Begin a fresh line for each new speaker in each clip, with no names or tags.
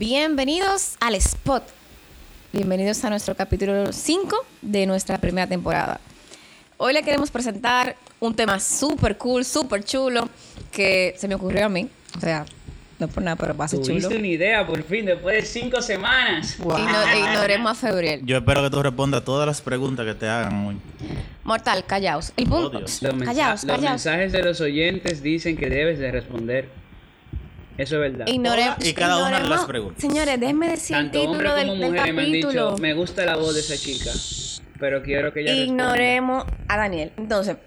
bienvenidos al spot. Bienvenidos a nuestro capítulo 5 de nuestra primera temporada. Hoy le queremos presentar un tema súper cool, súper chulo, que se me ocurrió a mí. O sea, no por nada, pero va a ser chulo.
Tuviste una idea por fin, después de cinco semanas.
Y no- e ignoremos a Febril.
Yo espero que tú respondas todas las preguntas que te hagan hoy.
Mortal, callaos. El punto.
Oh, Dios.
Los, mensa-
callaos,
los
callaos.
mensajes de los oyentes dicen que debes de responder. Eso es verdad.
Ignore-
Todas y cada una de las
ignoremos-
preguntas.
Señores, déjenme decir el
Tanto
título
hombres
del,
como
del
mujeres me han
capítulo.
dicho, me gusta la voz de esa chica, pero quiero que ella responda.
Ignoremos a Daniel. Entonces,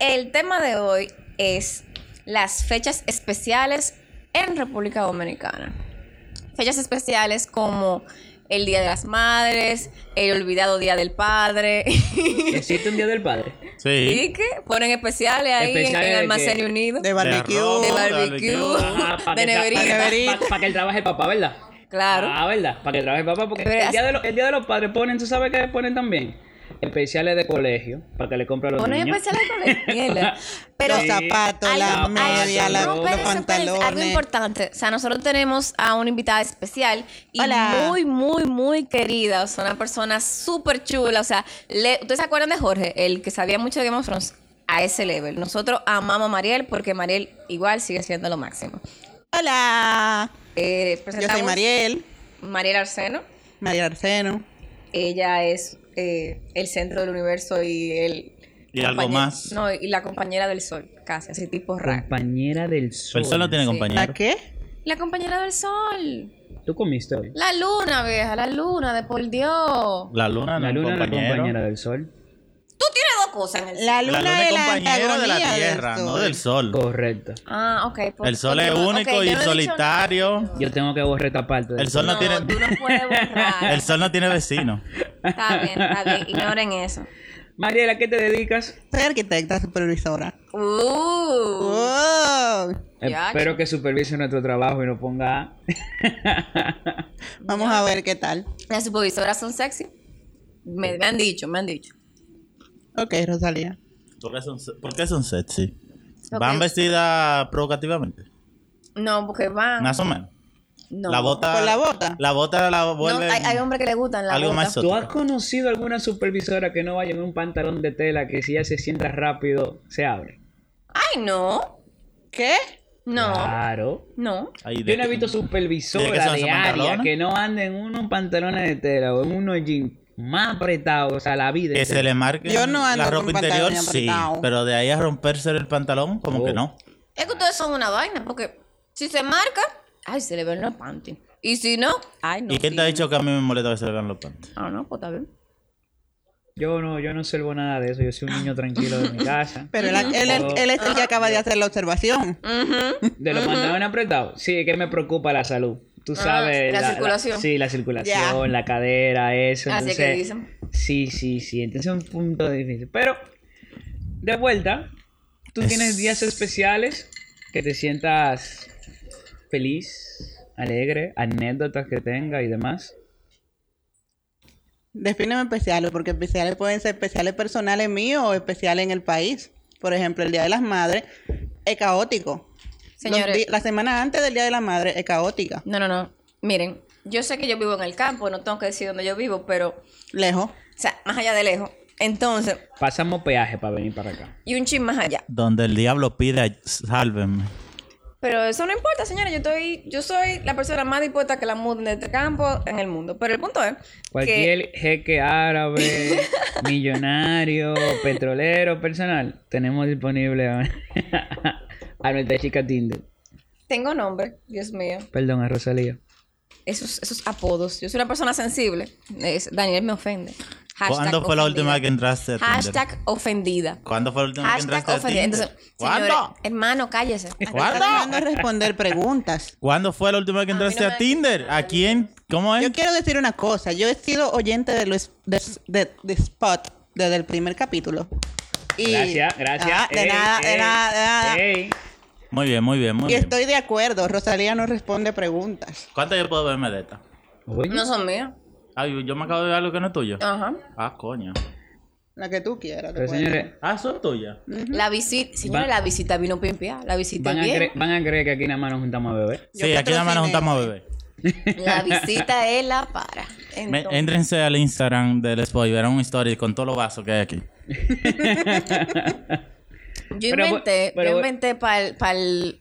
el tema de hoy es las fechas especiales en República Dominicana. Fechas especiales como el Día de las Madres, el olvidado Día del Padre.
¿Existe un día del padre?
Sí.
¿Y qué? Ponen especiales ahí en- en,
¿Especiales de
Almacén
qué?
Unido.
De barbecue.
arroz.
De
Oh,
Ah,
barbecue,
para
de
que, tra-
neverita.
para que- para- para que él trabaje el papá, ¿verdad?
Claro.
Ah, ¿verdad? Para que trabaje el papá, porque
Pero
el, día de los, el día de los padres ponen, ¿tú sabes qué ponen también? Especiales de colegio, para que le compre a los
Ponen
niños.
especiales con la mierda. Pero
los zapatos, la
algo-
media,
algo-
la-
no,
los
pero eso parece Algo
pantalones.
importante. O sea, nosotros tenemos a una invitada especial y
Hola.
muy, muy, muy querida. O sea, una persona súper chula. O sea, le- ¿ustedes se acuerdan de Jorge? El que sabía mucho de Game of Thrones. A ese level. Nosotros amamos a Mariel porque Mariel igual sigue siendo lo máximo.
Hola.
Eh,
Yo soy
presentamos
Mariel,
Mariel Arseno.
Mariel Arseno.
Ella es eh, el centro del universo y el...
Y algo
compañe-
más.
No, y la compañera del sol, casi, así tipo raro.
Compañera del sol.
El sol no tiene compañero.
¿La qué?
La compañera del sol.
¿Tú comiste hoy?
La luna, vieja, la luna, de por Dios.
La luna no
La
es
luna Ah, no es
compañero.
compañera del sol.
Tú tienes dos cosas en el
La
La
luna,
luna
de
es
la
compañero de la
antagonía del
tierra, no
sol.
del sol.
Correcto.
Ah, ok. por-
El sol es
continúa.
único
Ok,
y
yo no he dicho
solitario.
Yo tengo que borrar esta parte. del
El sol
nada.
no,
No, tú
tiene
no puedes borrar.
el sol no tiene vecino.
Está bien, está bien. Ignoren eso.
Mariela, ¿a qué te dedicas?
Soy arquitecta supervisora.
Uh,
Wow.
Ya,
Espero que supervise nuestro trabajo y no ponga A.
Vamos a ver qué tal.
Las supervisoras son sexy. Me, me han dicho, me han dicho.
Ok, Rosalía.
¿Por qué son, se- por qué son sexy?
Ok.
¿Van vestidas provocativamente?
No, porque van.
Más o menos.
Ah. No.
La bota.
¿Con la bota?
La bota la
No,
vuelve.
hay, hay hombres que le gustan la
algo
bota.
más
¿Tú has
exótico.
conocido alguna supervisora que no vaya en un pantalón de tela que si ella se sienta rápido se abre?
Ay, no.
¿Qué?
No.
Ah.
Claro.
No.
Ay, de-
Yo no he visto
¿De qué
supervisora
son
de
esos
área
pantalones?
que no ande en unos pantalones de tela o en unos jeans más apretados, o sea, la vida.
Que se
entera.
le marque
Yo no
la
ando con
ropa interior,
pantalón
sí.
apretado.
Pero de ahí a romperse el pantalón, como
Oh.
que no.
Es que ustedes son una vaina, porque si se marca, ay, se le ven los panties. Y si no, ay, no.
¿Y quién
sí,
te ha
no.
dicho que a mí me molesta que se le vean los pantes?
Ah, no, pues está bien.
Yo no, yo no selvo nada de eso. Yo soy un niño tranquilo de mi casa.
Pero él, él- él- él es el este que acaba de hacer la observación.
Ujú.
De los pantalones apretados. Sí, es que me preocupa la salud. Tú
Ah,
sabes.
la circulación.
sí, la circulación, la cadera, eso.
Así que
entonces-
dicen.
Sí, sí, sí. Entonces es un punto difícil. Pero, de vuelta, tú
Es-
tienes días especiales que te sientas feliz, alegre, anécdotas que tenga y demás.
Defíneme especiales, porque especiales pueden ser especiales personales míos o especiales en el país. Por ejemplo, el Día de las Madres es caótico. Los
Señores.
di- la semana antes del Día de la Madre es caótica.
No, no, no. Miren, yo sé que yo vivo en el campo, no tengo que decir dónde yo vivo, pero, o
Lejos.
sea, más allá de lejos. Entonces,
Pasamos peaje para venir para acá.
y un chin más allá.
Donde el diablo pide, sálvenme.
Pero eso no importa, señores. Yo estoy, yo soy la persona más dispuesta a que la muden de este campo en el mundo. Pero el punto es que
Cualquier jeque árabe, millonario, petrolero, personal, tenemos disponible a, a nuestra chica Tinder.
tengo nombre, Dios mío.
Perdón, a Rosalía.
Esos, esos apodos. Yo soy una persona sensible. Es- Daniel me ofende. Hashtag
¿Cuándo fue la última vez
ofendida.
que entraste a Tinder?
Hashtag ofendida.
¿Cuándo fue la última vez que
Hashtag
entraste a
ofendida.
Tinder?
Entonces,
¿Cuándo?
señores, hermano, cállese.
Está tratando de responder preguntas.
¿Cuándo fue la última vez que
A mí no
entraste
me-
a Tinder? ¿A quién? ¿Cómo es?
Yo quiero decir una cosa. Yo he sido oyente de, los, de, de- de Spot desde el primer capítulo. Y-
Gracias, gracias. Eh,
Ah, de
Ey,
nada, de
ey,
nada, de nada.
ey.
Muy bien, muy bien, muy
Y
bien.
estoy de acuerdo. Rosalía no responde preguntas.
¿Cuánto yo puedo verme de esta?
Oye,
No son míos.
Ay, yo me acabo de ver algo que no es tuyo.
Ajá.
Ah, coño.
La que tú quieras.
pero
recuerda.
señores,
Ah, eso es tuya.
La visita, señores,
Va-
la visita vino pimpeada, la visita
Van a,
bien.
cre- van a creer que aquí nada más nos juntamos a beber.
Yo
Sí, aquí nada más nos
patrociné.
juntamos a beber.
La visita es la para.
Me-
Entonces,
Éntrense al Instagram del Spoy, verán un story con todos los vasos que hay aquí.
yo
Pero bu-
inventé,
pero bu-
yo inventé para el,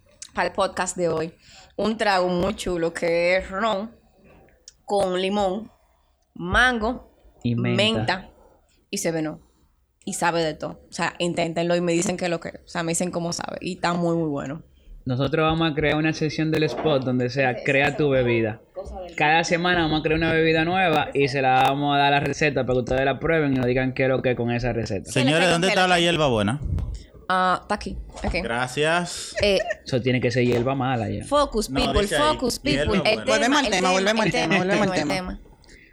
podcast de hoy un trago muy chulo que es ron con limón, mango,
Y menta.
menta. y se venó. Y sabe de todo. O sea, inténtenlo y me dicen que lo que. O sea, me dicen cómo sabe. Y está muy, muy bueno.
Nosotros vamos a crear una sección del spot donde sea crea tu bebida. Cada semana vamos a crear una bebida nueva y se la vamos a dar la receta para que ustedes la prueben y nos digan qué es lo que es con esa receta.
Señores,
le
¿dónde
congela.
está la hierba buena?
Ah, está aquí. Okay.
Gracias.
Eh,
Eso tiene que ser hierba mala ya.
Focus,
No,
people,
dice ahí,
focus,
hierba
people.
buena.
El
Volvemos al tema, volvemos al
el
tema, volvemos al tema.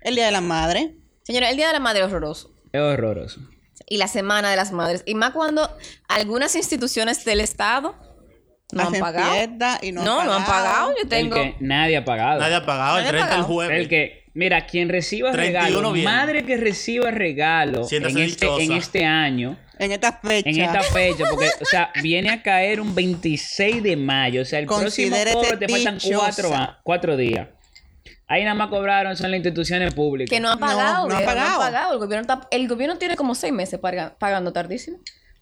El Día de la Madre.
Señores, el Día de la Madre es horroroso.
Es horroroso.
Y la Semana de las Madres. Y más cuando algunas instituciones del Estado no han
hacen
pagado.
fiesta y no,
no, no han pagado. Yo
El
tengo.
que nadie ha pagado.
Nadie ha pagado, el
Nadie ha
30 el
pagado.
jueves.
El que, mira, quien reciba
31
regalo,
viene.
madre que reciba regalo en
Siéntase
este, en
dichosa.
este año,
En esta fecha.
en esta fecha, porque, o sea, viene a caer un 26 de mayo, o sea, el próximo
Considérese
este
cobro te faltan
dichosa.
cuatro, a- cuatro días. Ahí nada más cobraron, son las instituciones públicas.
Que no han
No,
pagado.
no han
viejo,
pagado.
El gobierno, está- el gobierno tiene como seis meses paga- pagando tardísimo.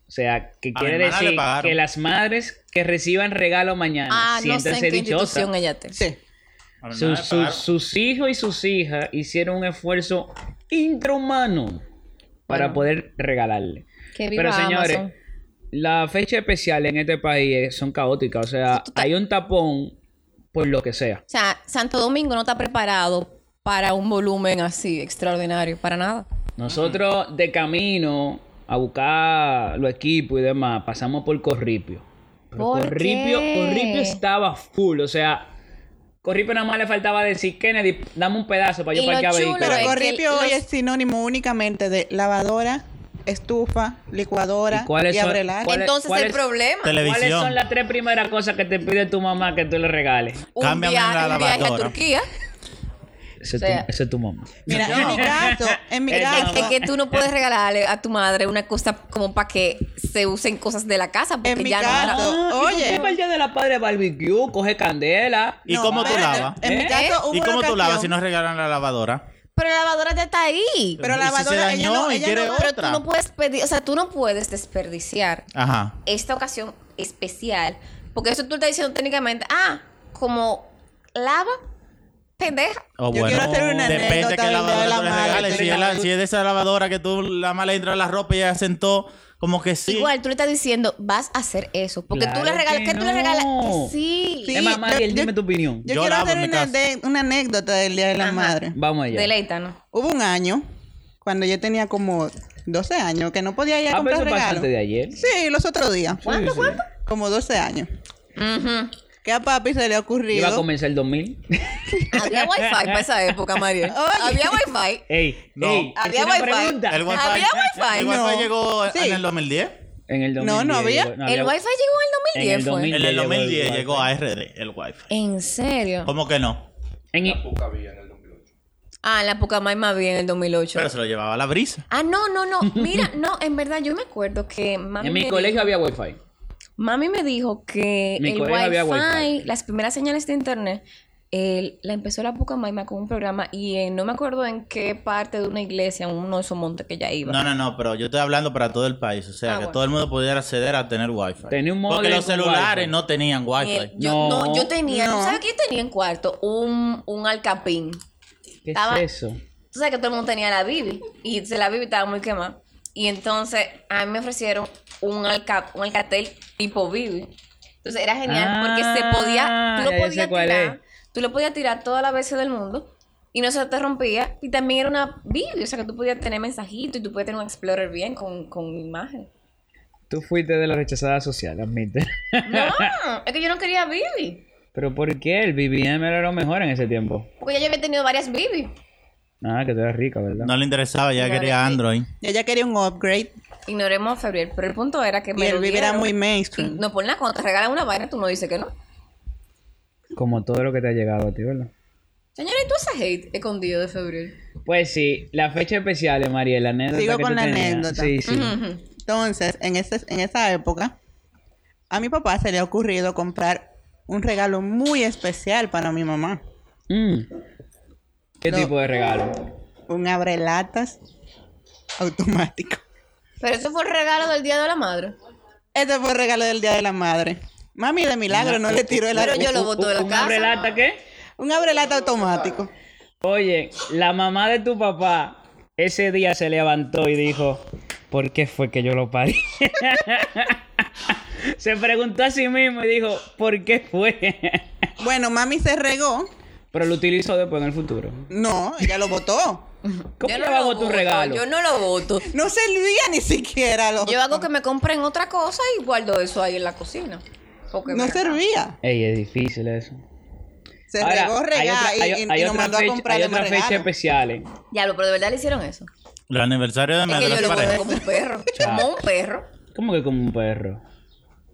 O sea, que
A
quiere
mi hermana le
decir
pagaron.
que las madres que reciban regalo mañana,
Ah, no sé en
siéntanse
qué
dichosas.
institución ella está.
Sí.
A mí
Su-
nadie
su-
pagaron.
sus hijos y sus hijas hicieron un esfuerzo intrahumano para
Bueno.
poder regalarle.
Que viva
Pero señores,
Amazon.
las fechas especiales en este país eh, son caóticas. O sea, hay un tapón por lo que sea.
O sea, Santo Domingo no está preparado para un volumen así extraordinario, para nada.
Nosotros de camino a buscar los equipos y demás, pasamos por Corripio. Pero
¿Por
Corripio,
qué?
Corripio estaba full. O sea, Corripio nada más le faltaba decir, Kennedy, dame un pedazo para yo
Y lo
parquear
chulo
vehículo.
Pero
es que
Corripio
los-
hoy es sinónimo únicamente de lavadora, estufa, licuadora
¿Y cuáles
y
son-
abrelaje.
¿Cuál es-
Entonces
cuál
el
es-
problema.
¿Cuáles
Televisión.
son las tres primeras cosas que te pide tu mamá que tú le regales?
Un,
Cámbiame
via-
la
un viaje a
lavadora.
Turquía.
Eso,
O sea-
es, tu, eso es tu mamá.
Mira, en mi caso, en mi
Es
caso,
Es que tú no puedes regalarle a tu madre una cosa como para que se usen cosas de la casa, porque
En mi
ya no.
caso- Ah, ¿y por qué va
el día de la padre barbecue, coge candela.
¿Y cómo tú
espérate,
lavas?
En mi
¿Eh?
caso hubo
¿Y cómo
una
tú lavas
ocasión-
si no regalan la lavadora?
Pero la lavadora ya está ahí.
Pero
¿Y
la
si se
lavadora, ella
dañó
no,
y
ella
quiere
no-
Pero
otra?
tú no puedes pedir, o sea, tú no puedes desperdiciar
Ajá.
esta ocasión especial, porque eso tú estás diciendo técnicamente, ah, como lava, pendeja.
O
Yo
Oh, bueno,
quiero hacer una
depende de
anécdota
qué
del Día de
lavadora
la
tú le
Madre.
regales. Si, es la- si es de esa lavadora que tú la mala entra la ropa y ella sentó, como que sí.
Igual tú le estás diciendo, vas a hacer eso, porque tú
Claro
le regalas,
que
que, tú le
no.
regalas, Que sí.
Sí,
es más, Mariel,
yo-
dime tu opinión.
Yo
Yo
quiero
lavo
hacer
en mi
una,
casa.
de- una anécdota del Día de la
Ajá.
Madre.
Vamos allá.
Deleítanos.
Hubo un año, cuando yo tenía como 12 años, que no podía ir a
Ah, pero
comprar
eso pasa antes de
regalos.
ayer.
Sí, los otros días.
¿Cuánto, cuánto?
Como 12 años.
Ujú.
Que a papi se le ha ocurrido.
Iba a comenzar el 2000.
Había wifi para esa época, María.
Oye.
Había wifi.
Ey,
No.
ey, es
Había
una
wifi.
pregunta.
El wifi,
Había wifi.
El wifi
No.
llegó
Sí.
en el 2010.
En el 2010.
No, no había.
llegó-
el wifi llegó en
En
el 2010,
el
fue.
2000.
En el
llegó el
2010
wifi.
llegó a RD, el wifi.
¿En serio?
¿Cómo que no?
En el-
Ah, en la Pucamay más bien en el 2008.
Pero se lo llevaba la brisa.
Ah, no, no, no. Mira, no, en verdad yo me acuerdo que mami,
en
me,
mi
dijo-
colegio había wifi.
mami me dijo que
Mi
el
colegio había
wifi,
wifi.
las primeras señales de internet, el- la empezó la Pucamaima con un programa y eh, no me acuerdo en qué parte de una iglesia, uno de esos montes que ya iba.
No, no, no, pero yo estoy hablando para todo el país. O sea,
Ah,
que
bueno.
todo el mundo pudiera acceder a tener wifi.
Tenía un
Porque
modem
los
con
celulares
wifi.
no tenían wifi.
Eh, yo, no.
No.
yo tenía,
No.
¿tú sabes qué yo tenía en cuarto? Un, un alcapín.
¿Qué
Estaba-
es eso?
Tú sabes que todo el mundo tenía la Bibi. Y entonces la Bibi estaba muy quemada. Y entonces a mí me ofrecieron un, alca- un alcatel tipo Bibi. Entonces era genial porque se podía. Tú
Ah,
lo
ya yo sé
podías
cuál
tirar.
es.
Tú lo podías tirar todas las veces del mundo. Y no se te rompía. Y también era una Bibi. O sea que tú podías tener mensajitos y tú podías tener un Explorer bien con, con imagen.
Tú fuiste de la rechazada social, admite.
No, es que yo no quería Bibi.
Pero ¿por qué? El BBM era lo mejor en ese tiempo.
Porque ya yo había tenido varias Bibi.
Nada, que tú eras rica, ¿verdad?
No le interesaba, ya
Claro,
quería
sí.
Android.
Y ella quería un upgrade.
Ignoremos a Febrero. Pero el punto era que
Y
me
el
lo
vivir era
dieron.
muy
Y
mainstream.
No, por nada, cuando te regalan una vaina, tú no dices que no.
Como todo lo que te ha llegado a ti, ¿verdad?
Señores, ¿y tú haces hate escondido de febrero?
Pues sí, la fecha especial es Mariela. Anécdota
Sigo
que
con
tú
la
tenías.
anécdota.
Sí, sí.
Mm.
Entonces, en, ese, en esa época, a mi papá se le ha ocurrido comprar un regalo muy especial para mi mamá.
Mm. ¿Qué
No.
tipo de regalo?
Un abrelatas automático.
Pero eso fue el regalo del Día de la Madre.
Este fue el regalo del Día de la Madre. Mami, de milagro, no le tiró el
Pero
arco.
yo lo boto de la
¿Un
casa.
abrelata qué?
Un abrelata automático.
Oye, la mamá de tu papá ese día se levantó y dijo, ¿por qué fue que yo lo parí? se preguntó a sí mismo y dijo, ¿por qué fue?
Bueno, mami se regó.
Pero lo utilizó después en el futuro.
No, ella lo votó.
¿Cómo
Yo
yo
no lo
hago tu
voto,
regalo?
Yo no lo voto.
No servía ni siquiera. Lo...
Yo hago que me compren otra cosa y guardo eso ahí en la cocina. Porque
No
me-
servía.
Ey, es difícil eso.
Se
Ahora,
regó,
hay
regá
otra-
y,
hay-
y- y
hay
nos
otra
mandó a
fecha- ¿eh?
comprarle
Hay
más
otras fechas
regalos.
especiales.
Diablo, pero de verdad le hicieron eso.
El aniversario de mi
Es que yo lo
pareja.
veo como un perro.
Chao.
como un perro.
¿Cómo que como un perro?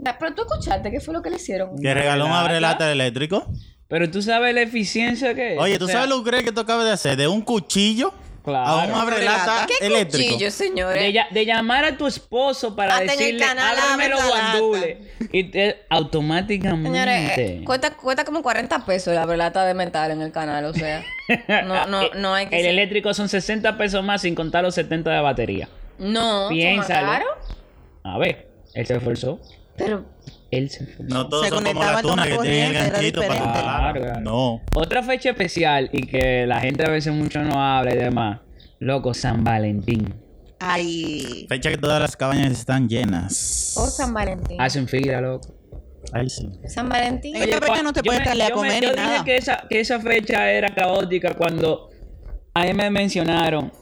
Da- Pero tú escuchaste qué fue lo que le hicieron.
¿Te regaló un
Relata.
abrelata eléctrico?
Pero tú sabes la eficiencia que es.
Oye,
o
¿tú
sea,
sabes lo que crees que tú acabas de hacer? De un cuchillo
Claro.
a un abrelata
¿Qué
eléctrico.
cuchillo, señores?
De, ya- de llamar a tu esposo para
Hasta en el
decirle,
canal
ábreme
abre
los
la lata".
guandules. Y te- automáticamente.
Señores, eh, cuesta, cuesta como 40 pesos la velata de metal en el canal, o sea. No, no, no hay que.
Eh, El
ser-
eléctrico son 60 pesos más sin contar los 70 de batería.
No, son más
Piénsalo.
caro.
A ver, él se esforzó.
Pero
Él se esforzó.
No todos
Se
son como la
conectaban con
tuna
una
que tiene el
corriente, era
ganchito para
diferente.
jalar.
Claro, claro.
No.
Otra fecha especial y que la gente a veces mucho no habla y demás. Loco, San Valentín.
Ay.
Fecha que todas las cabañas están llenas.
por oh, San Valentín.
Hacen fila, loco.
Ahí sí.
San Valentín.
En esta fecha no te
Yo
puedes
me-
traerle a
yo me-
comer
yo
ni
dije
nada.
que esa, que esa fecha era caótica cuando a mí me mencionaron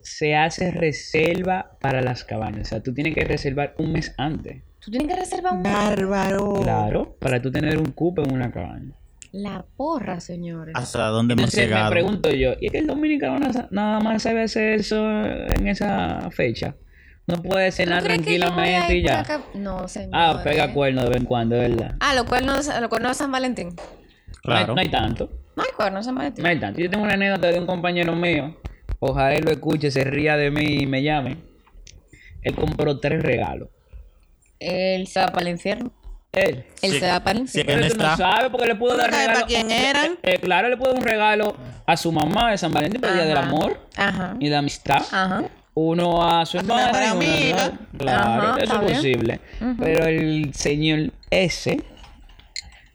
se hace reserva para las cabañas. O sea, tú tienes que reservar un mes antes.
Tú tienes que reservar un.
Bárbaro.
Claro, para tú tener un cupo en una cabaña.
La porra, señores.
Ah,
¿Hasta dónde hemos
Entonces me
llegado?
pregunto yo, ¿y es que el dominicano na- nada más sabe hacer eso en esa fecha? No puede
¿Tú
cenar
crees que yo voy a ir
tranquilamente y
por
ya.
acá? No, señor.
Ah, pega cuerno de vez en cuando, ¿verdad?
Ah, los cuernos, los cuernos de San Valentín.
No hay-
Claro.
no hay tanto.
No hay cuernos de San Valentín.
No hay tanto. Yo tengo una anécdota de un compañero mío. Ojalá él lo escuche, se ría de mí y me llame. Él compró tres regalos.
Él se va para el infierno.
Él.
Él
Sí.
se va para el
Sí,
infierno.
que
Pero
no
tú no
está.
sabes porque le pudo
¿Tú no
dar
sabes
regalo.
para quién eran?
Eh, eh, claro, le pudo dar un regalo a su mamá de San Valentín, para el día del
Ajá. Ah.
amor
Ajá.
y de amistad.
Ajá.
Uno a su
A tu mejor
hermana. y uno a
amiga.
la- Claro,
Ajá,
eso
está
es
bien.
posible. Pero el señor ese,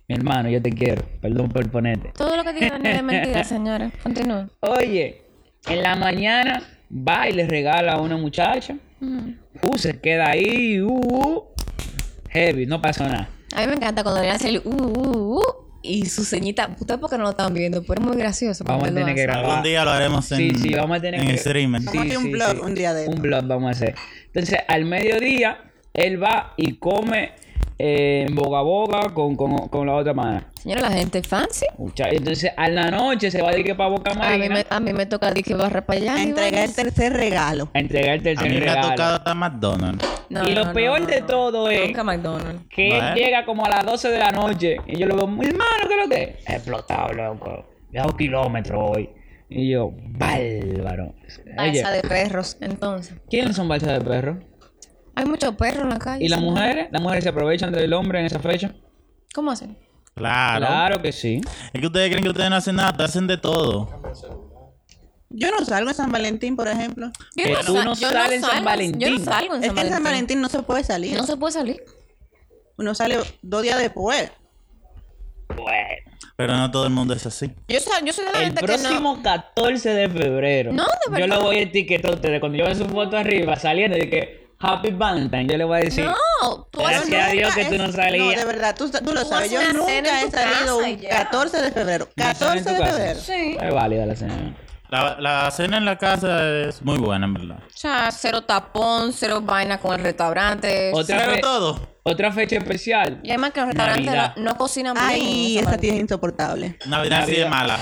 mi hermano, yo te quiero. Perdón por ponerte.
Todo lo que digan es de mentira, señores. Continúa.
Oye, en la mañana va y le regala a una muchacha. Uh, se queda ahí, uh, uh. heavy, no pasó nada.
A mí me encanta cuando le hacen el uh, uh, uh, y su ceñita. Ustedes porque no lo están viendo, pero es muy gracioso.
Vamos a
cuando lo
tener que
hacen.
grabar.
Algún día lo haremos en,
sí, sí, vamos a tener
en
que-
streaming.
Sí,
Vamos a hacer un
sí,
blog
sí.
un día de
Un
esto.
blog vamos a hacer. Entonces, al mediodía, él va y come eh, en boga a boga con, con- con la otra mano.
Señora, la gente es fancy.
Entonces, a la noche se va a este- ir que para boca
A mí,
marina
me, a mí me toca decir que barra para allá.
A
y
entregar el
vamos.
tercer regalo.
a entregarte el
A mí me ha
regalo.
tocado hasta McDonald's.
No,
Y lo
no, no,
peor
no,
de
no.
todo es-
Nunca McDonald's.
Que
Bueno.
él llega como a las 12 de la noche y yo le digo, mi hermano, ¿qué es lo que es? Explotado, loco. Yo hago kilómetros hoy. Y yo, bárbaro. Oye,
Balsa de perros, entonces.
¿quiénes son balsas de perro?
Hay muchos perros en la calle.
¿Y las
señor.
mujeres? ¿Las mujeres se aprovechan del hombre en esa fecha?
¿Cómo hacen?
Claro.
Claro que sí.
Es que ustedes creen que ustedes no hacen nada, te hacen de todo.
Yo no salgo en San Valentín, por ejemplo.
Yo
Que eh, tú
sa-
no
yo
sales en San
salgo- Yo
Valentín.
no salgo en
Es
San
que en
Valentín.
San Valentín no se puede salir.
No se puede salir.
Uno sale dos días después.
Bueno,
Pero no todo el mundo es así.
Yo, sa- yo soy de la
el
gente que no.
próximo 14 de febrero.
No, de
Yo
verdad.
lo voy a etiquetar a ustedes. Cuando yo vea su foto arriba saliendo, de que Happy Valentine, yo le voy a decir.
No, tú
Gracias
haces
a
nunca
Dios que
es-
tú no salías.
No, de verdad, tú, tú lo
Tú
sabes. Yo
haces una cena
nunca
en
he
tu
salido
casa
un
y ya.
14 de febrero.
¿No sale en
14
tu
de
casa?
febrero.
Sí.
Es válida la señora.
La, la cena en la casa es muy buena, en verdad.
O sea, cero tapón, cero vaina con el restaurante.
Otra
Pero
fe-
todo.
Otra fecha especial.
Y además que los restaurantes
Navidad.
no, no cocinan bien.
Ay,
en
esa
San
tía es insoportable.
Navidad así de mala.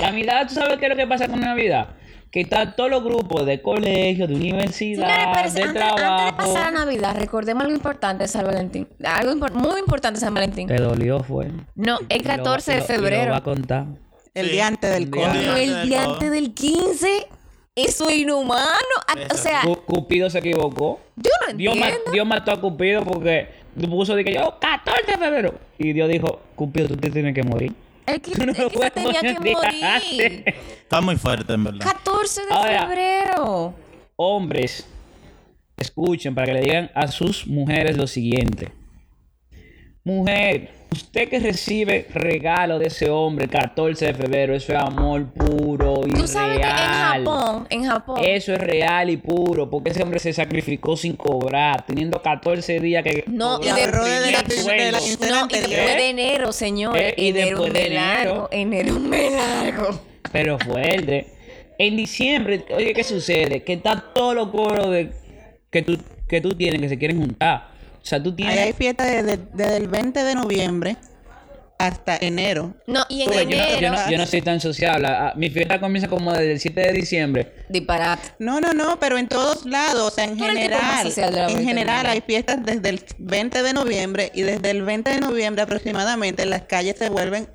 Navidad, ¿tú sabes qué es lo que pasa con Navidad? Que están todos los grupos de colegio, de universidad,
Señores, pero
de
antes, antes de
trabajo.
pasar a Navidad, recordemos algo importante de San Valentín. Algo impor- muy importante de San Valentín.
Te dolió, fue.
No, el 14 de
Lo va
febrero.
a contar.
El
Sí.
día antes
día
del cole.
antes.
Pero el
del
día
todo.
antes del 15, eso es inhumano. Ah, O sea,
Cu- Cupido se equivocó.
yo no
Dios, ma-
entiendo.
Dios mató a Cupido porque puso de que yo, 14 de febrero. Y Dios dijo, Cupido, tú te tienes que morir.
El que,
Tú no
el
lo
que se
puedes
tenía que morir.
monetizar.
Está muy fuerte, en verdad.
14 de
Ahora.
febrero.
hombres, escuchen para que le digan a sus mujeres lo siguiente. Mujer, usted que recibe regalo de ese hombre el 14 de febrero, eso es amor puro y
Tú sabes que en
real.
Japón, en Japón,
Eso es real y puro, porque ese hombre se sacrificó sin cobrar, teniendo 14 días que
No,
cobrar
y de-
ahorró desde la
primer
prim- de
sueldo.
la quincena
No, y
anterior.
después de enero, señor.
Eh, y
enero
después
me
de
largo, Enero me largo.
pero fuerte. En diciembre, oye, ¿qué sucede? Que está todos los coros de, que, tú, que tú tienes, que se quieren juntar. O sea, tú tienes...
Ahí hay fiesta desde, desde el 20 de noviembre hasta enero.
No, y en
Pero yo, no,
enero.
yo no- yo no soy tan sociable. Ah, Mi fiesta comienza como desde el 7 de diciembre.
Disparate.
No, no, no, pero en todos lados, o sea, en
Tú eres el tipo más
general,
social de la
en
veintena.
general hay fiestas desde el 20 de noviembre y desde el 20 de noviembre aproximadamente las calles se vuelven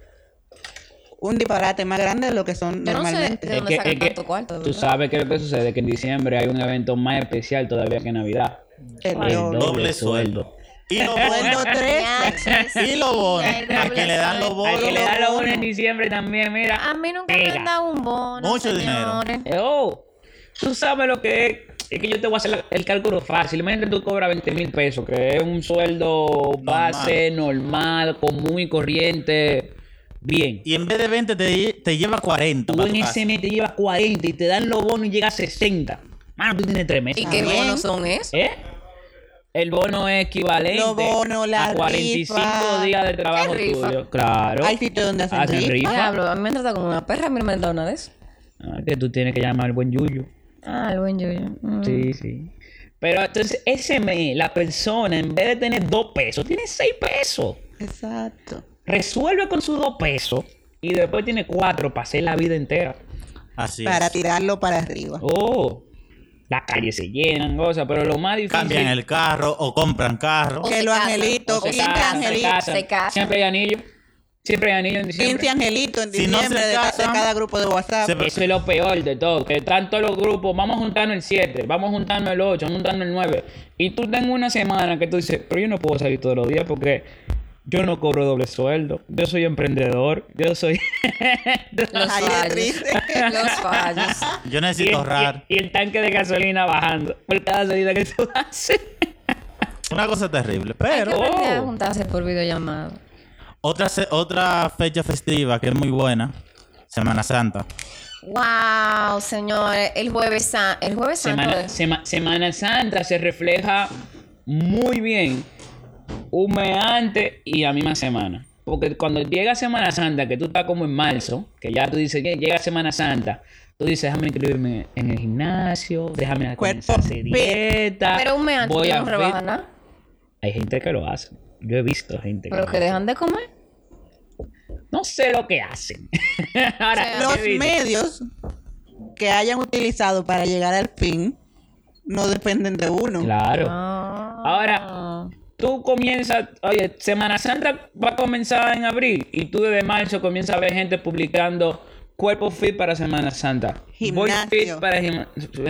un disparate más grande de lo que son
Yo no sé
normalmente.
de
Es
dónde
que-
sacan
es que
tanto cuarto.
Tú
¿verdad?
sabes que lo que sucede que en diciembre hay un evento más especial todavía que Navidad.
El
El
doble.
doble sueldo.
Y los
Sueldo
bonos.
tres.
Ñaches.
Y los bonos.
El doble
A que le dan los
sueldo.
Al
bonos.
que le da
los
la
bonos.
una en diciembre también, mira.
A mí nunca me
Pega.
han dado un bono.
Mucho dinero.
señores.
Eh, Oh, tú sabes lo que es. Es que yo te voy a hacer la- el cálculo fácil. Imagínate tú cobras 20 mil pesos, que es un sueldo base, normal, común y corriente. Bien.
Y en vez de 20 te, lle- te lleva 40.
Tú
para
en
tu casa.
ese mes te llevas 40 y te dan los bonos y llegas a 60. Mano, tú tienes tres meses.
¿Y qué
También.
bonos son esos?
¿Eh? El bono es equivalente
Los bonos, la
a 45
rifa.
días de trabajo
¿Qué rifa?
tuyo. Claro.
Hay sitios donde hacen
Hacen
rifa.
rifa.
Diablo, a mí me han tratado como una perra, a mí no me han dado nada de eso.
Ah, que tú tienes que llamar al buen Yuyo.
Ah, el buen Yuyo. Mm.
Sí, sí. Pero entonces ese mes la persona en vez de tener dos pesos, tiene seis pesos.
Exacto.
Resuelve con sus dos pesos y después tiene cuatro para hacer la vida entera.
Así es.
Para tirarlo para arriba.
Oh, las calles se llenan, cosas, pero lo más difícil...
Cambian el carro o compran carro.
O
que
se
los
casan,
angelitos,
o se
15
casan,
angelitos,
se casan.
Siempre hay anillo. Siempre hay anillo en
15
diciembre.
angelitos en
Si no se
diciembre de ca- de
casan,
cada grupo de WhatsApp.
se-
Eso es lo peor de todo. Que están todos los grupos. Vamos a juntarnos el 7, vamos a juntarnos el 8, vamos a juntarnos el 9. Y tú tengo una semana que tú dices, pero yo no puedo salir todos los días porque yo no cobro doble sueldo. Yo soy emprendedor. Yo soy.
Los
Ay, qué
fallos.
triste.
Los fallos.
Yo
y, el,
necesito ahorrar.
y el tanque de gasolina bajando por cada salida que tú haces.
Una cosa terrible.
Hay
Pero
que aprender a
Oh.
juntarse por videollamada.
otra, se- otra fecha festiva que es muy buena. Semana Santa.
Wow, señores, el jueves, san- el jueves santo
Semana,
es-
Sema- Semana Santa se refleja muy bien, humeante y la misma semana. Porque cuando llega Semana Santa, que tú estás como en marzo, que ya tú dices, "Ye- llega Semana Santa, tú dices, déjame inscribirme en el gimnasio, déjame
Cuerpo
comenzar a hacer
fit.
dieta.
Pero un mes
voy
antes
a
no
fit".
rebajan nada.
Hay gente que lo hace. Yo he visto gente que
Pero
lo
que
hace.
dejan de comer.
No sé lo que hacen. Ahora,
sea,
yo
los
he visto.
medios que hayan utilizado para llegar al fin no dependen de uno.
Claro.
Ah.
Ahora, tú comienzas, oye, Semana Santa va a comenzar en abril y tú desde marzo comienzas a ver gente publicando cuerpo fit para Semana Santa. Voy
Gimnasio.
fit para gim-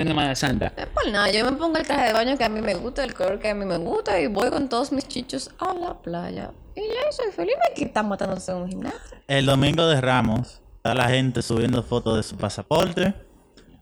Semana Santa.
No es por nada, yo me pongo el traje de baño que a mí me gusta, el color que a mí me gusta y voy con todos mis chichos a la playa. Y ya soy feliz, me que están matándose en un gimnasio.
El domingo de Ramos está la gente subiendo fotos de su pasaporte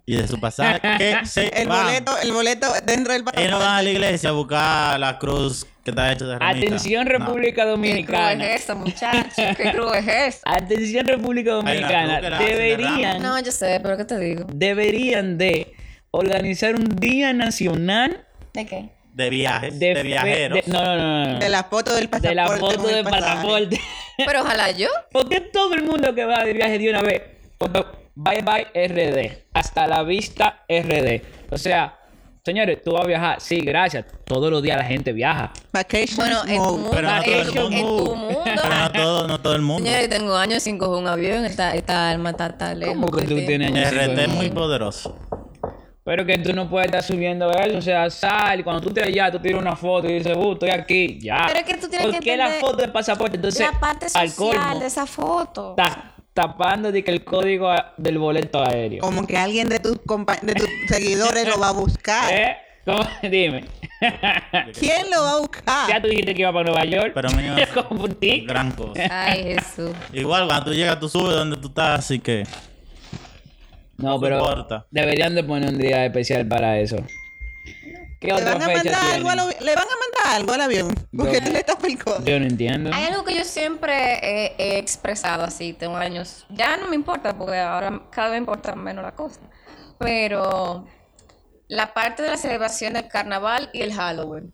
y de su pasaje. que se
El
van.
boleto, el boleto dentro del
Ellos no van a la iglesia a buscar la cruz que está hecha de ramita.
Atención
No.
República
Qué cruel
Dominicana.
Pues
es eso, muchacho, qué cruel es eso.
Atención República
una
Dominicana.
cruz que la hacen de
Deberían,
No, yo sé, pero ¿qué te digo?
deberían de organizar un día nacional
¿De qué?
De viajes,
de,
de, viajeros.
de- no, no, no, no, no.
de la foto del pasaporte.
De la foto
muy
de
pasada.
pasaporte.
Pero ojalá yo.
¿Por qué todo el mundo que va de viaje de una vez? Porque Bye bye RD. Hasta la vista RD. O sea, señores, tú vas a viajar. Sí, gracias. Todos los días la gente viaja.
Vacation
Bueno, en tu
mode.
mundo,
Pero no todo el
en, tu- en tu
mundo.
mundo.
Pero no todo, no todo el mundo.
Señores, tengo años sin coger un avión, esta, esta alma está tan lejos.
¿Cómo que tú
¿sí?
tienes años sin
RT es
comer?
muy poderoso.
Pero que tú no puedes estar subiendo eso. O sea, sal. Cuando tú te allá, tú tiras una foto y dices, uh, estoy aquí. Ya.
Pero es que tú tienes
¿Por
que
qué la
entender
foto de pasaporte? Entonces,
La parte
al
social
colmo,
de esa foto.
ta- tapando de que el código a- del boleto aéreo.
Como que alguien de tus compa- de tus seguidores lo va a buscar.
¿Eh? ¿Cómo? Dime.
¿Quién lo va a
Ya
buscar?
tú dijiste que iba para Nueva York.
Ah. Pero mío,
Me confundí.
gran cosa.
Ay, Jesús.
Igual cuando tú llegas, tú subes donde tú estás, así que.
No, pero
importa.
deberían de poner un día especial para eso. ¿Qué
¿Le
otra
van, a
fecha
mandar algo al
tienen?
avi- ¿Le van a mandar algo al avión? Porque
Yo-
él le está pelcón.
Yo no entiendo.
Hay algo que yo siempre he, he expresado así, tengo años. Ya no me importa, porque ahora cada vez me importa menos la cosa. Pero la parte de la celebración del carnaval y el Halloween.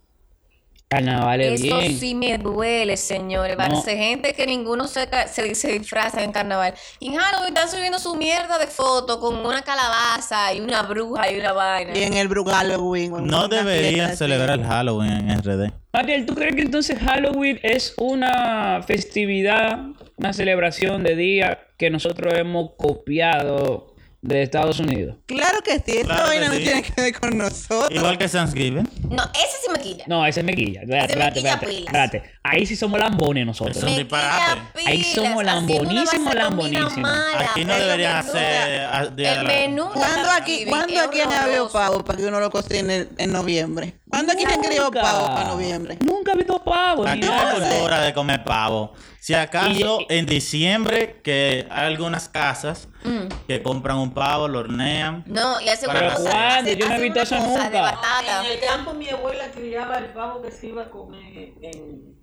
Carnaval es
Eso
bien.
sí me duele, señores. Va a
No.
ser gente que ninguno se, ca- se, se disfraza en carnaval. Y en Halloween están subiendo su mierda de foto con una calabaza y una bruja y una vaina.
Y en el Brugalowin.
No deberían celebrar el Halloween en RD.
Mariel, ¿tú crees que entonces Halloween es una festividad, una celebración de día que nosotros hemos copiado de Estados Unidos?
Claro que sí, esta
Claro que
vaina no
sí.
tiene que ver con nosotros.
Igual que Thanksgiving.
No, ese sí me quilla.
No, ese es mequilla. Espérate,
Ese es
espérate,
mequilla pues.
espérate,
pilas.
espérate. Ahí sí somos lambones nosotros.
Eso-
Me
disparate.
quilla
Ahí
pilas,
somos
haciendo una
lambonísimos,
barcelomina
lambonísimos.
mala,
Aquí no
pero
deberían
menuda.
hacer. ah, día de
El
la-
menú.
¿Cuándo aquí,
Thanksgiving
¿cuándo
es
aquí en Navidad
horroroso.
pavo para que uno lo cocine en noviembre? ¿Cuándo aquí se crió
Nunca.
pavo para noviembre?
Nunca he visto pavo.
Ah,
ni
Aquí no
nada.
hay cultura de comer pavo. Si acaso
eh,
Y-
en diciembre, que hay algunas casas
Mm.
que compran un pavo, lo hornean.
No, y hace
Pero
una cosa.
¿cuándo?
hace-
Yo no he
hace
visto
una
eso
cosa de
nunca.
batata.
En el campo mi abuela criaba el pavo que se iba a comer en... en-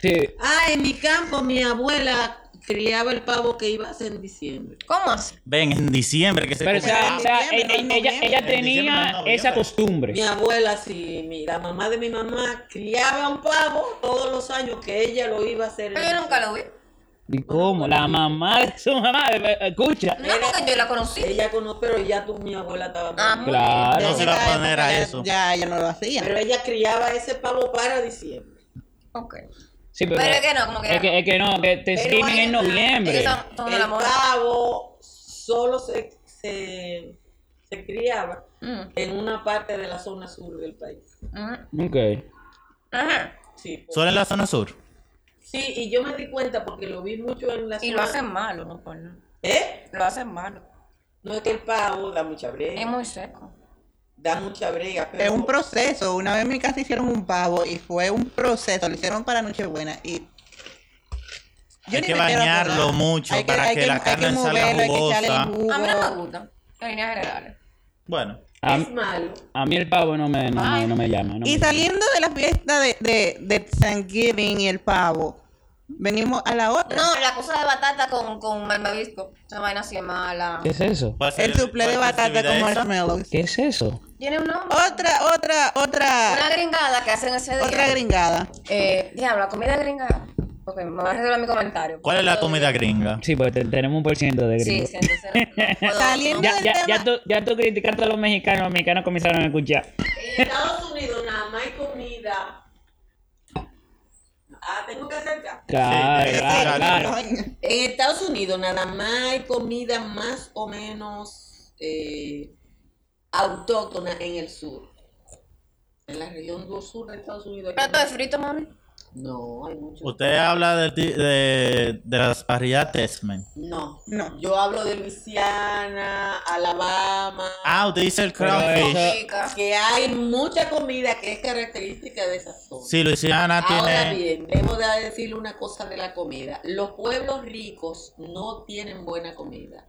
Sí.
Ah, en mi campo mi abuela criaba el pavo que iba a hacer en diciembre.
¿Cómo así?
Ven, en diciembre que se
Pero o
come
sea,
pavo.
o sea,
En
ella,
diciembre, no en
ella- ella
noviembre.
En
tenía
diciembre, no en
esa
noviembre.
costumbre.
Mi abuela, sí, mi- la mamá de mi mamá criaba un pavo todos los años que ella lo iba a hacer.
Pero yo nunca lo vi.
¿Y cómo? La mamá de su mamá. eh, eh, Escucha.
No, porque yo la conocí.
Ella conoce, pero ya tú, mi abuela estaba muy
Ah,
bien.
Claro.
Ya
No se
en
va a
esa
poner
época
a
ya-
eso.
Ya, ya no lo hacía.
Pero ella criaba ese pavo para diciembre.
Ok.
Sí, pero,
Pero es que no, como que ah,
es que, es que no, que te escriben en
además,
noviembre.
Ellos son- son de
el
la moda.
pavo solo se, se, se criaba
Mm,
en una parte de la zona sur del país.
mm,
Ok.
ajá.
Sí, por-
Solo en la zona sur.
sí, y yo me di cuenta porque lo vi mucho en la
Y
zona.
lo hacen malo, no por nada.
¿Eh?
Lo hacen malo.
No es que el pavo da mucha brega.
Es muy seco.
Da mucha brega. Pero
Es un proceso. Una vez en mi casa hicieron un pavo y fue un proceso. Lo hicieron para Nochebuena y.
Hay
ni
que
me quiero
bañarlo
acordar.
mucho
Hay
para
hay
que la
hay
carne salga
moverlo, hay que
jugosa.
echarle el jugo.
A mí no me gusta, en líneas generales.
Bueno,
A,
Es malo.
a mí el pavo no me, no, me- no me llama. no me
Y
llama.
saliendo de la fiesta de, de, de Thanksgiving y el pavo, venimos a la otra.
No, la cosa de batata con, con malvavisco. Esa vaina así es mala.
¿Qué es eso?
¿cuál sería-
El suple de
cuál
batata
festividad
con
es esa?
marshmallows.
¿Qué es eso?
Tiene un nombre.
Otra, otra,
Una
otra,
gringada que hacen ese día.
otra gringada.
Eh, diablo, la comida gringada. Ok, me voy a resolver mi comentario.
¿Cuál es la comida gringa?
Sí, pues te- tenemos un por ciento de
Sí,
gringo.
sí, entonces. no- no puedo-
Saliendo
Ya,
del
ya,
tema.
ya, tú, ya tú criticaste a los mexicanos, los mexicanos comenzaron a escuchar.
En Estados Unidos nada más hay comida. Ah, tengo que acercar.
Claro,
Sí, sí,
claro,
sí,
claro.
Coño.
En Estados Unidos nada más hay comida más o menos eh, autóctona en el sur. En la región del sur de Estados Unidos. hay
Plato de frito, mami.
comida- No, hay mucho.
Usted habla del ti- de, de las parrillas Tesman.
No.
No.
Yo hablo de Luisiana, Alabama,
Ah, usted dice el
Pero
crawfish.
eso-
Chica.
que hay mucha comida que es característica de esa zona.
Sí,
Ah,
Luisiana
Ahora
Ah, tiene.
bien, debo de decirle una cosa de la comida. Los pueblos ricos no tienen buena comida.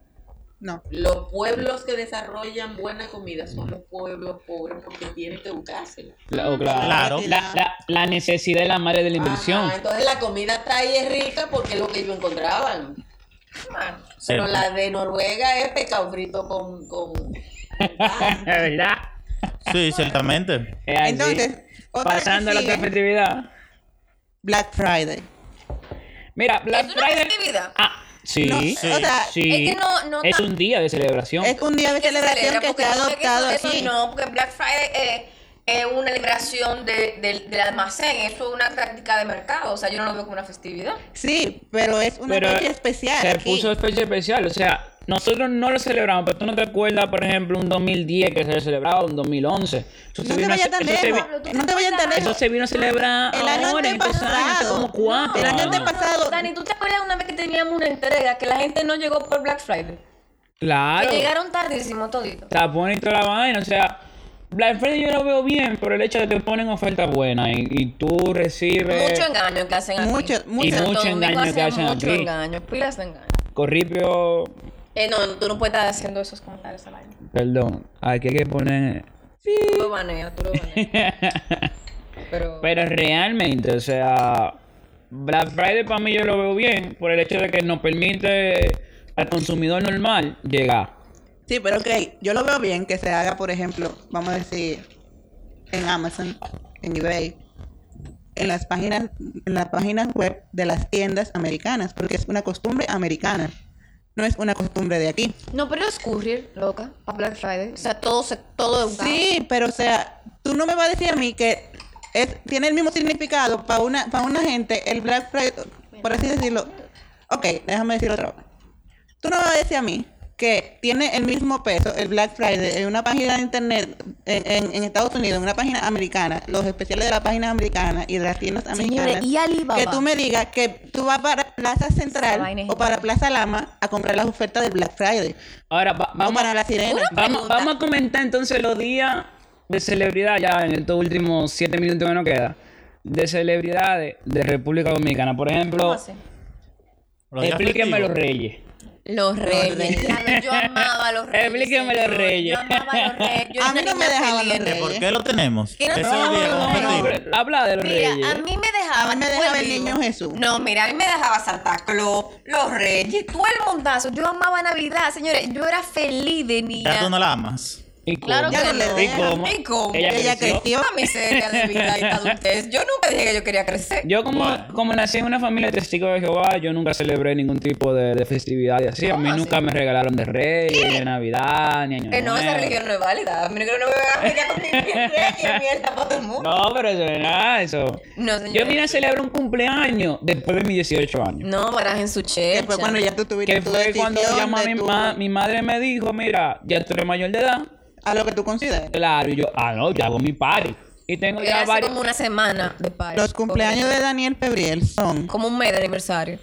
No.
Los pueblos que desarrollan buena comida son los pueblos pobres porque tienen que buscársela.
oh, Claro,
Claro.
La, la- la necesidad es la madre de la invención.
Ajá, entonces la comida está ahí es rica porque es lo que ellos encontraban.
Ah,
Pero
Cierto.
la de Noruega es pecado frito con... con...
Es verdad.
Sí, ciertamente.
Es así.
Entonces, otra que
Eh, pasando la
sigue,
competitividad.
Black Friday.
Mira, Black
Es una
Friday.
festividad.
Ah, sí.
No,
sí.
o sea,
es que no- no
Es
tan-
un día de celebración.
Es un día de celebración
celebra,
que
porque
se ha
no sé qué
adoptado
eso- eso
aquí.
No, porque Black Friday es, es una liberación de, de- del almacén, eso es una práctica de mercado, o sea, yo no lo veo como una festividad.
Sí, pero es una
pero
fecha especial.
Se
aquí.
puso fecha especial. O sea, nosotros no lo celebramos, pero tú no te acuerdas, por ejemplo, un 2010 que se celebraba, un 2011. Eso se
No te
vino a-
vayas tan
eso se vi-
lejos. No te vayas tan
Eso
lejos.
se vino a celebrar
El año
ahora, en estos años, hace
antepasado.
como cuatro.
El año
años.
antepasado.
Dani, ¿tú te acuerdas una vez que teníamos una entrega que la gente no llegó por Black Friday?
Claro.
Que llegaron tardísimo todito.
Tapón y toda la vaina. O sea, Black Friday yo lo veo bien por el hecho de que ponen ofertas buenas y, y tú recibes
Mucho engaño que hacen aquí.
Mucho- mucho-
En Santo
Eh, mucho
Domingo
engaño que hacen
mucho
aquí.
engaño, pues, pilas de engaño.
corripio.
Eh, no, tú no puedes estar haciendo esos comentarios al aire.
Perdón, aquí hay que poner.
Tú lo baneas, tú lo baneas. Pero,
Pero realmente, o sea, Black Friday para mí yo lo veo bien por el hecho de que nos permite al consumidor normal llegar.
Sí, pero ok, yo lo veo bien que se haga, por ejemplo, vamos a decir, en Amazon, en eBay, en las páginas, en las páginas web de las tiendas americanas, porque es una costumbre americana, no es una costumbre de aquí.
no, pero es courier, loca, para Black Friday. O sea, todo, se, todo es un
Sí, pero o sea, tú no me vas a decir a mí que es- tiene el mismo significado para una, para una gente el Black Friday, por así decirlo. Ok, déjame decirlo otra vez. Tú no me vas a decir a mí que tiene el mismo peso el Black Friday en una página de internet en, en- en Estados Unidos, en una página americana, los especiales de la página americana y de las tiendas
Señores,
americanas.
y Alibaba.
Que tú me digas que tú vas para Plaza
vaina
Central
es
o para Plaza Lama a comprar las ofertas del Black Friday
Ahora va-
o
vamos,
para la Sirena.
vamos, vamos a comentar entonces los días de celebridad, ya en estos últimos siete minutos que nos queda, de celebridades de República Dominicana. Por
¿Cómo
ejemplo,
así?
Los días
explíquenme los
festivos.
reyes.
Los reyes.
reyes.
Diablo, Yo amaba a los reyes.
Explíqueme los
señor.
reyes.
Yo amaba a los reyes. Yo
A
era
mí no
niña
me dejaban
feliz.
los
¿Que
reyes.
¿Por qué lo tenemos?
Que no
Ese
tenemos
día,
los
¿cómo
reyes.
festivo?
Hombre, Habla de los reyes.
Mira, a mí me dejaba.
A mí me
tú
dejaba el
vivo.
niño Jesús.
No, mira, a mí me dejaba Santa Claus, los Reyes, todo el montazo. Yo amaba Navidad, señores. Yo era feliz de niña.
Ya tú no la amas.
¿Y
Claro
Ya
que
no le
no.
¿Y cómo?
¿Y cómo?
Ella
Ella
creció.
creció.
Una miseria de vida y de adultez. Yo nunca dije que yo quería crecer.
Yo como, como nací en una familia de testigos de Jehová, yo nunca celebré ningún tipo de, de festividad y así. A mí
¿Cómo así?
nunca me regalaron de rey, ni de Navidad, ni año
que no, esa
Nuevo.
religión no es válida. A mí no me voy a pelear con mi reyes, mierda, por todo el mundo.
No, pero eso es nada, eso.
No, señor.
Yo vine a celebrar un cumpleaños después de mis 18 años.
No, barajen su
Que
checha.
fue cuando Eh, pues, ya tú tuviste
Que
tu
fue cuando
decisión
ya ma-
de
mi,
tu-
ma- mi madre me dijo, mira, ya tú eres mayor de edad.
a lo que tú consideres.
Claro, y yo, ah, no, ya hago mi party. Y tengo
Yo
ya
hace
varios...
como una semana de party.
Los cumpleaños de Daniel Pebriel son
Como un mes de aniversario.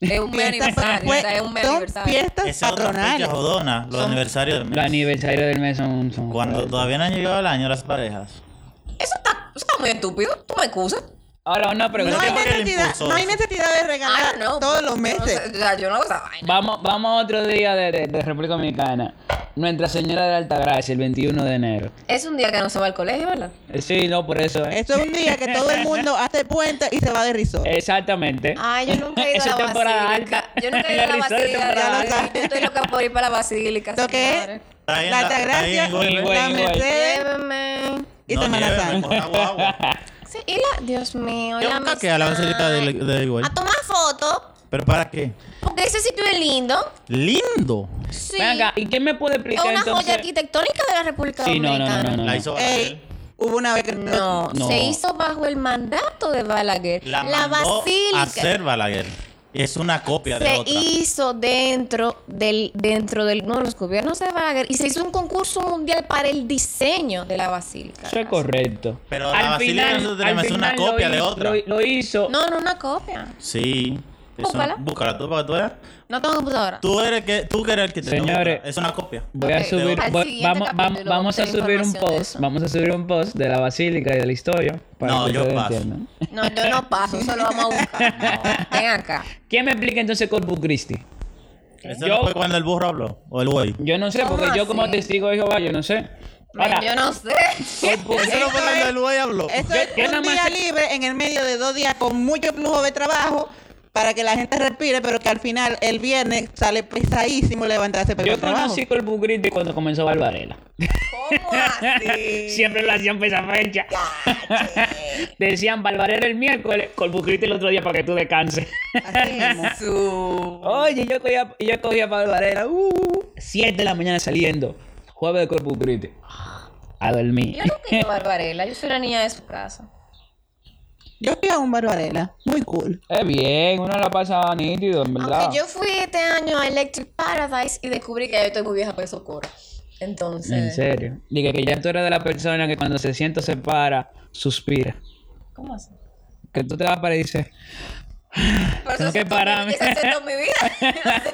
Es un mes de aniversario. o
fue-
sea, es un mes de
son
aniversario.
fiestas
Esa es otra fecha
patronales.
jodona, los aniversarios del mes.
Los aniversarios del mes son... son-
Cuando todavía no han llegado al año las parejas.
Eso está, eso está muy estúpido. Tú me excusas.
Ahora una
No
pregunta.
hay,
¿Por qué le
necesidad,
impulsó
no hay
eso?
necesidad de
Ah,
regalar
no.
todos los
Yo no
meses.
sé, o sea, yo no hago esa vaina.
Vamos, vamos a otro día de, de- de República Dominicana. Nuestra Señora de Altagracia, el 21 de enero.
Es un día que no se va al colegio, ¿verdad?
Eh, Sí, no, por eso. eh.
Eso es un día que todo el mundo hace puente y se va de risor.
Exactamente.
Ay, Ah, yo nunca he ido
Esa
a la
es temporada
basílica.
alta.
Yo nunca he ido a la
Resort es temporada
basílica.
alta.
Yo estoy loca por ir para la basílica.
Lo que es
señores.
Está ahí en
la
la- está ahí
Altagracia,
en Google.
la
Igual, igual.
Mercedes
Llévenme.
y
No,
Semana
llévenme,
Santa.
con agua, agua.
Sí, y la, Dios mío, y
Yo
la
nunca quedé a la
amistad.
basílica de, de Higüey.
A tomar foto,
¿Pero para qué?
porque ese sitio es lindo.
¡Lindo!
Sí.
Ven acá, ¿y quién me puede
es
explicar
una
entonces?
joya arquitectónica de la República
Sí, no, no,
Dominicana.
no, no, no.
La hizo Balaguer.
Ey, hubo una vez que
No,
No.
se hizo bajo el mandato de Balaguer.
La,
La,
mandó a
basílica
hacer Balaguer. Es una copia de
se
otra.
hizo dentro del dentro del uno de los gobiernos de Balaguer y se hizo un concurso mundial para el diseño de la basílica.
Eso es correcto.
Pero la basílica nosotros tenemos una
lo
copia de
hizo-
otra.
Lo, lo hizo.
No, no una copia.
Sí. Es
Búscala.
una- Búscala tú para que tú veas.
No tengo computadora.
Tú eres que tú que eres el que te
Señores.
Es una copia.
Voy a
Ok,
subir,
al
voy-
siguiente
vamos,
capítulo
vamos, vamos a
obtén
subir un
información de
post,
eso.
vamos a subir un post de la basílica y de la historia para
No,
que
yo
ustedes
paso.
entiendan.
No, yo no paso, eso lo vamos a buscar. Ven acá.
¿Quién me explica entonces Corpus Christi?
Eso
Yo-
no fue cuando el burro habló. O el güey.
Yo no sé,
¿Cómo
porque yo como
así?
testigo de Jehová, yo no sé. Ahora,
Yo no sé.
Corpus
Eso no fue
Esto
cuando
es-
el güey habló.
eso
Yo-
es
yo nada
un
más
día
sé-
libre en el medio de dos días con mucho flujo de trabajo para que la gente respire, pero que al final el viernes sale pesadísimo levantarse para ir
Yo
al trabajo.
conocí Corpus Christi cuando comenzó Barbarella.
¿Cómo así?
Siempre lo hacían para esa fecha. Decían Barbarella el miércoles, Corpus Christi el otro día para que tú descanses.
Así mismo.
Oye, yo cogía, yo cogía Barbarella, uh, 7 de la mañana saliendo, jueves de Corpus Christi. A dormir.
Yo nunca he ido a Barbarella, yo soy la niña de su casa.
Yo fui a un barbarela, muy cool.
Es bien, uno la pasa nítido, en verdad.
Aunque yo fui este año a Electric Paradise y descubrí que yo estoy muy vieja para esos coros.
En
Entonces,
serio. Dije que ya tú eres de la persona que cuando se sienta se para, suspira.
¿cómo así?
Que tú te vas para y dices,
Por
Tengo que
eso
pararme.
Eso es mi vida.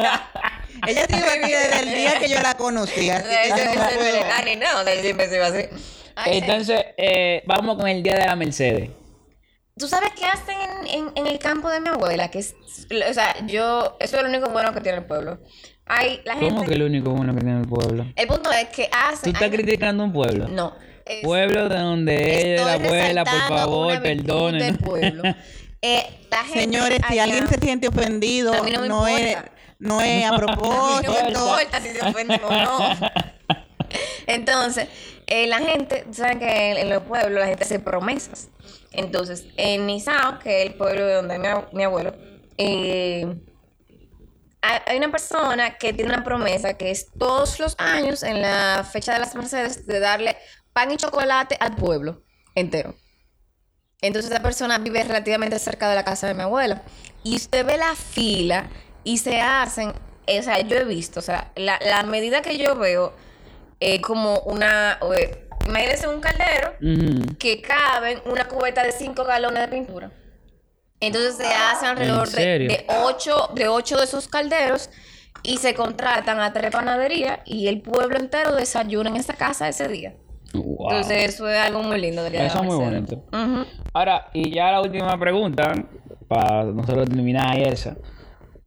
O sea,
Ella ha sido aquí desde el día que yo la conocí. Así que yo no puedo.
Ani, no, de siempre se iba así. Ay,
Entonces, eh, vamos con el día de la Mercedes.
¿Tú sabes qué hacen en, en- en el campo de mi abuela? Que es, o sea, yo, eso es lo único bueno que tiene el pueblo. Hay la
¿Cómo
gente.
que el único bueno que tiene el pueblo?
El punto es que
¿Tú
hacen.
estás
hay-
criticando un pueblo?
no. es-
Pueblo de donde ella, la
estoy
abuela, por
resaltando
favor,
una virtud
perdonen.
del pueblo. Eh, la gente
Señores, si
allá-
alguien se siente ofendido,
A mí no
no,
me
es,
importa.
no es a
A mí no me
propósito.
importa si se ofenden o no. Entonces, eh, la gente, tú sabes que en, en los pueblos la gente hace promesas. Entonces, en Nizao, que es el pueblo de donde es mi, ab- mi abuelo, eh, ha- hay una persona que tiene una promesa que es todos los años, en la fecha de las Mercedes, de darle pan y chocolate al pueblo entero. Entonces esa persona vive relativamente cerca de la casa de mi abuela. Y usted ve la fila y se hacen, eh, o sea, yo he visto, o sea, la, la medida que yo veo es como una, eh, imagínense un caldero
Ujú.
que caben una cubeta de 5 galones de pintura. Entonces se hacen alrededor de,
serio?
de, ocho, de ocho de esos calderos y se contratan a tres panaderías y el pueblo entero desayuna en esa casa ese día.
Wow.
Entonces eso es algo muy lindo. del Día de la
Eso es muy
Merced.
bonito.
Ujú.
Ahora, y ya la última pregunta, para nosotros terminar ahí esa.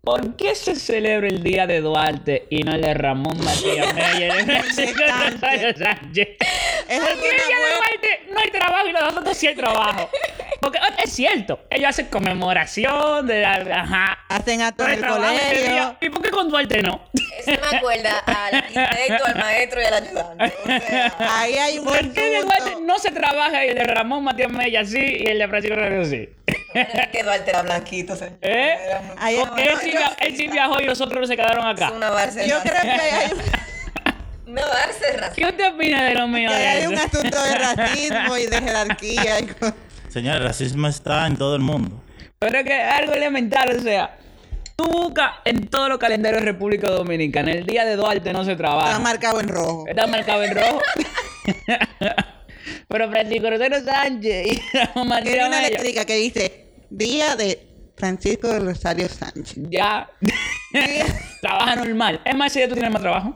¿Por qué se celebra el día de Duarte y no el de Ramón Matías Meyer? Rosario Sánchez?
Es
¿Por qué el día
alguna
de
buena-
Duarte no hay trabajo y los de nosotros sí hay trabajo? Porque o- es cierto, ellos hacen conmemoración de la... Ajá.
Hacen acto
no
en
hay
el
trabajo ese
colegio.
día. ¿Y por qué con Duarte no?
Eso me acuerda al arquitecto, al maestro y al ayudante. O sea,
Ahí hay un buen
¿Por qué el de Duarte
punto.
no se trabaja y el de Ramón Matías Mella sí y el de Francisco Rodríguez sí?
que Duarte era blanquito, señor.
¿Eh?
Era muy-
Ahí hay-
Porque él sí, via- él sí viajó y los otros se quedaron
es
acá.
una Barcelona.
Yo creo que hay un,
Una Barcelona.
¿Qué usted opina de lo mío
que
de
hay un
eso?
asunto de racismo y de jerarquía. y cosas.
Señor, el racismo está en todo el mundo.
Pero es que es algo elemental, o sea, tú buscas en todos los calendarios de República Dominicana, el día de Duarte no se
Está
trabaja.
marcado en rojo.
Está marcado en rojo. Pero Francisco Rosero Sánchez y Ramón
Tiene
Matías
una
Mella,
eléctrica que dice Día de Francisco de Rosario Sánchez.
ya trabaja normal. Es más, si ya tú tienes más trabajo.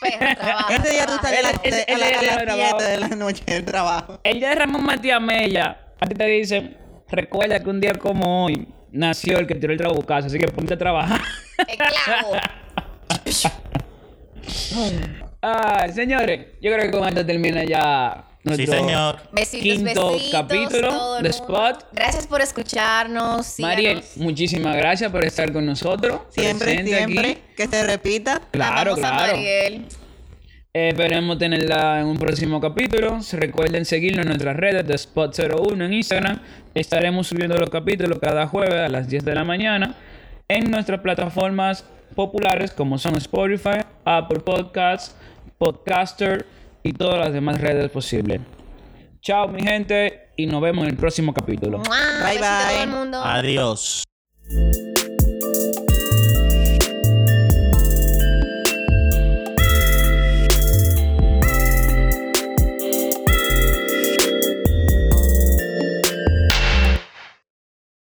Pero trabaja,
Ese día Este tú
trabaja.
sales a las
Ese-
seis- a
ese
la-
día
a
yo
las
grababa.
7 de la noche del trabajo.
El día de Ramón Matías Mella, a ti te dicen, recuerda que un día como hoy nació el que tiró el trabucazo, así que ponte a trabajar.
Eh, claro.
Ay, señores, yo creo que con esto termina ya
Sí,
nuestro...
señor.
Besitos,
Quinto
besitos,
capítulo
todo el
de
mundo.
Spot.
Gracias por escucharnos. síganos.
Mariel, muchísimas gracias por estar con nosotros.
Siempre,
presente aquí.
siempre. Que se repita.
Claro,
Amamos a
claro.
Mariel.
Eh, esperemos tenerla en un próximo capítulo. Recuerden seguirnos en nuestras redes de Spot01 en Instagram. Estaremos subiendo los capítulos cada jueves a las 10 de la mañana en nuestras plataformas populares como son Spotify, Apple Podcasts, Podcaster y todas las demás redes posibles. Chao mi gente y nos vemos en el próximo capítulo.
Mua, besito a todo
bye.
el mundo.
Adiós.